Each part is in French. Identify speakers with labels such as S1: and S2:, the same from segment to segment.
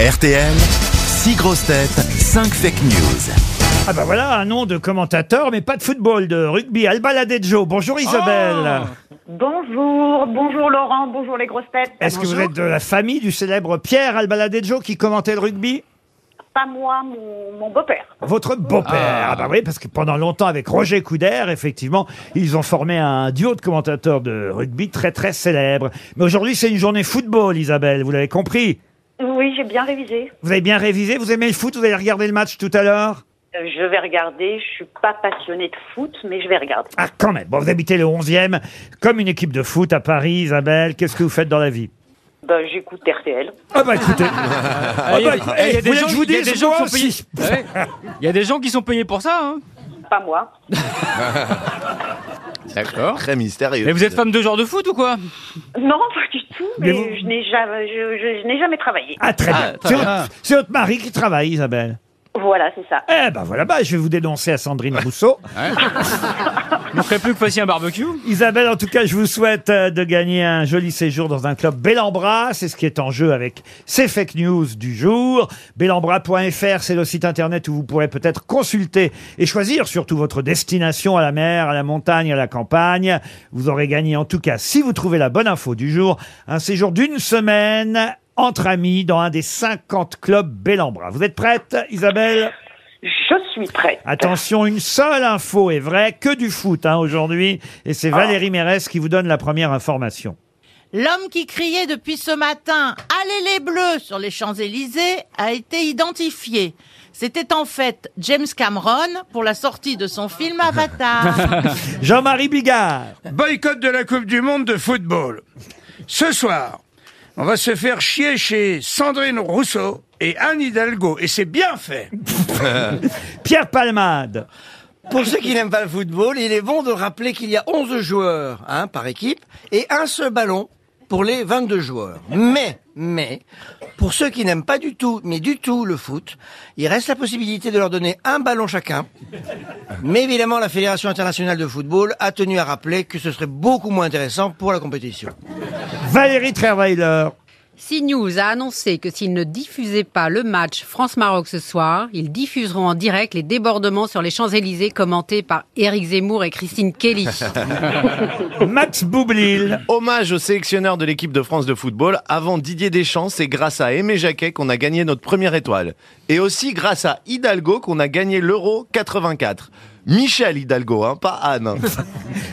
S1: RTL, 6 grosses têtes, 5 fake news.
S2: Ah bah voilà un nom de commentateur, mais pas de football, de rugby. Alba Ladejo. Bonjour Isabelle.
S3: Bonjour, bonjour Laurent, bonjour les grosses têtes.
S2: Est-ce que vous êtes de la famille du célèbre Pierre Alba Ladejo qui commentait le rugby
S3: Pas moi, mon, mon beau-père.
S2: votre beau-père. Ah. bah oui, parce que pendant longtemps, avec Roger Couder, effectivement, ils ont formé un duo de commentateurs de rugby très très célèbre. Mais aujourd'hui, c'est une journée football, Isabelle, vous l'avez compris.
S3: Oui, j'ai bien révisé.
S2: Vous avez bien révisé, vous aimez le foot, vous avez regardé le match tout à l'heure
S3: Euh, Je vais regarder, je suis pas passionnée de foot, mais je vais regarder.
S2: Ah, quand même. Bon, vous habitez le 11e, comme une équipe de foot à Paris, Isabelle. Qu'est-ce que vous faites dans la vie
S3: Bah, j'écoute RTL.
S2: Ah bah écoutez,
S4: Ah, Il y
S2: bah,
S4: a- il y a
S2: eh,
S4: des
S2: vous voulez
S4: gens-
S2: que je vous
S4: il y a
S2: dise,
S4: des gens
S2: moi
S4: qui sont payés.
S2: aussi
S4: Ah ouais. Il y a des gens qui sont payés pour ça. hein.
S3: Pas moi.
S4: D'accord.
S5: Très mystérieux.
S4: Mais vous êtes femme de genre de foot ou quoi
S3: Non, pas du tout,
S2: Mais
S3: mais,
S2: vous-
S3: je n'ai jamais, je, je- je n'ai jamais travaillé.
S2: Ah très
S4: Ah,
S2: bien.
S4: très
S2: C'est
S4: bien.
S2: votre- C'est votre mari qui travaille, Isabelle.
S3: Voilà, c'est ça.
S2: Eh ben voilà, bah, je vais vous dénoncer à Sandrine Rousseau.
S4: Il ne ferait plus que fassiez un barbecue.
S2: Isabelle, en tout cas, je vous souhaite euh, de gagner un joli séjour dans un club Bellambra. C'est ce qui est en jeu avec ces fake news du jour. Bellambra.fr, c'est le site internet où vous pourrez peut-être consulter et choisir surtout votre destination à la mer, à la montagne, à la campagne. Vous aurez gagné, en tout cas, si vous trouvez la bonne info du jour, un séjour d'une semaine entre amis dans un des 50 clubs Bellambra. Vous êtes prête, Isabelle
S3: Je suis prête.
S2: Attention, une seule info est vraie, que du foot hein, aujourd'hui. Et c'est Valérie Mérès qui vous donne la première information.
S6: L'homme qui criait depuis ce matin « Allez les Bleus !» sur les Champs-Élysées a été identifié. C'était en fait James Cameron pour la sortie de son film Avatar.
S2: Jean-Marie Bigard,
S7: Boycott de la Coupe du Monde de football. Ce soir, on va se faire chier chez Sandrine Rousseau et Anne Hidalgo. Et c'est bien fait.
S2: Pierre Palmade,
S8: Pour ceux qui n'aiment pas le football, il est bon de rappeler qu'il y a 11 joueurs hein, par équipe et un seul ballon pour les 22 joueurs. Mais, mais, pour ceux qui n'aiment pas du tout, mais du tout le foot, il reste la possibilité de leur donner un ballon chacun. Mais évidemment, la Fédération internationale de football a tenu à rappeler que ce serait beaucoup moins intéressant pour la compétition.
S2: Valérie Trierweiler,
S9: CNews a annoncé que s'ils ne diffusaient pas le match France-Maroc ce soir, ils diffuseront en direct les débordements sur les Champs-Élysées commentés par Éric Zemmour et Christine Kelly.
S2: Max Boublil,
S5: Hommage au sélectionneur de l'équipe de France de football. Avant Didier Deschamps, c'est grâce à Aimé Jacquet qu'on a gagné notre première étoile. Et aussi grâce à Hidalgo qu'on a gagné l'Euro 84. Michel Hidalgo, hein, pas Anne.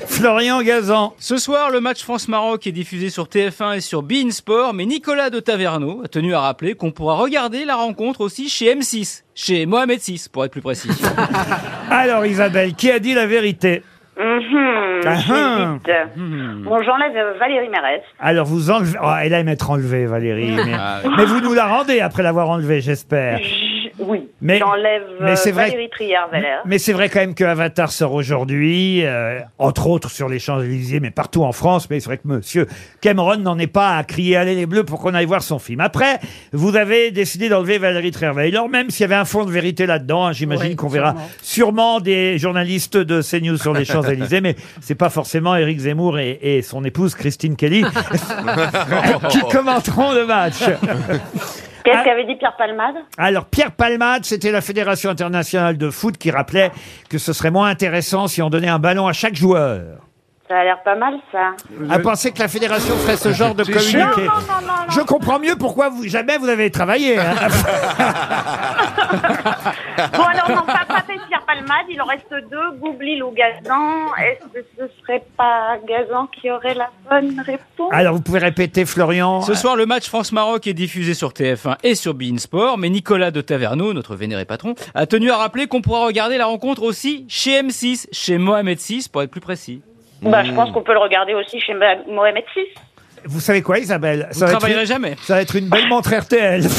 S2: Florian Gazan,
S4: Ce soir, le match France-Maroc est diffusé sur TF1 et sur Bein Sport, mais Nicolas de Taverneau a tenu à rappeler qu'on pourra regarder la rencontre aussi chez M6, chez Mohamed VI pour être plus précis.
S2: alors Isabelle, qui a dit la vérité
S3: Mhm,
S2: Ah, hein.
S3: j'hésite. Bon, j'enlève euh, Valérie Mérès.
S2: Alors vous enlevez... Oh, elle aime être enlevée, Valérie. Mais, mais vous nous la rendez après l'avoir enlevée, j'espère.
S3: J- Oui,
S2: Mais-
S3: j'enlève
S2: mais
S3: euh,
S2: c'est vrai-
S3: Valérie Trier-Valère.
S2: Mais c'est vrai quand même que Avatar sort aujourd'hui, euh, entre autres sur les Champs-Élysées, mais partout en France. Mais c'est vrai que Monsieur Cameron n'en est pas à crier Allez les Bleus pour qu'on aille voir son film. Après, vous avez décidé d'enlever Valérie Trierweiler, même s'il y avait un fond de vérité là-dedans. hein, J'imagine
S9: Oui,
S2: qu'on verra sûrement des journalistes de CNews sur les Champs-Élysées, mais c'est pas forcément Éric Zemmour et, et son épouse Christine Kelly qui commenteront le match. Ah.
S3: Qu'est-ce qu'avait dit Pierre Palmade
S2: Alors, Pierre Palmade, c'était la Fédération internationale de foot qui rappelait que ce serait moins intéressant si on donnait un ballon à chaque joueur.
S3: Ça a l'air pas mal, ça.
S2: À penser que la Fédération ferait ce genre de communiqué. Je comprends mieux pourquoi vous, jamais vous avez travaillé. hein.
S3: Bon, alors, non, pas, pas fait Pierre Palmade, il en reste deux, Goublil ou Gazan. Est-ce que ce serait pas Gazan qui aurait la bonne réponse
S2: Alors, vous pouvez répéter, Florian.
S4: Ce soir, le match France-Maroc est diffusé sur TF1 et sur Bein Sport, mais Nicolas de Taverneau, notre vénéré patron, a tenu à rappeler qu'on pourra regarder la rencontre aussi chez M6, chez Mohamed VI pour être plus précis.
S3: Bah, je pense qu'on peut le regarder aussi chez Ma- Mohamed VI.
S2: Vous savez quoi, Isabelle
S4: Vous ne
S2: va être
S4: travaillerez
S2: une-
S4: jamais.
S2: ça va être une belle montre RTL.
S3: Alors,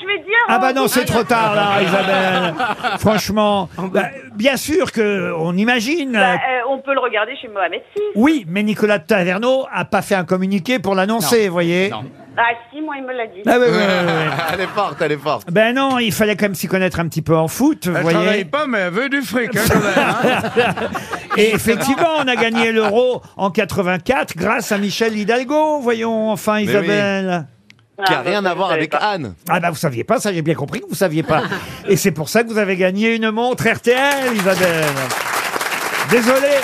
S3: je vais dire.
S2: Ah bah
S3: euh,
S2: non, c'est trop tard là, Isabelle. Franchement, bah, bien sûr que on imagine.
S3: bah,
S2: euh,
S3: euh, on peut le regarder chez Mohamed VI.
S2: Oui, mais Nicolas de Taverneau a pas fait un communiqué pour l'annoncer, vous voyez.
S4: Non.
S3: Ah, si, moi, il me l'a dit.
S2: Ah ouais, ouais, ouais, ouais.
S5: elle est forte, elle est forte.
S2: Ben non, il fallait quand même s'y connaître un petit peu en foot, vous
S7: Elle travaille
S2: voyez.
S7: pas, mais elle veut du fric. hein, quand même, hein.
S2: Et effectivement, on a gagné l'euro en 84 grâce à Michel Hidalgo, voyons enfin Isabelle.
S5: qui a
S3: Ah,
S5: rien
S3: bah,
S5: à voir
S3: je savais
S5: avec
S3: pas.
S5: Anne.
S2: Ah bah vous saviez pas, ça j'ai bien compris que vous saviez pas. Et c'est pour ça que vous avez gagné une montre RTL, Isabelle. Désolé.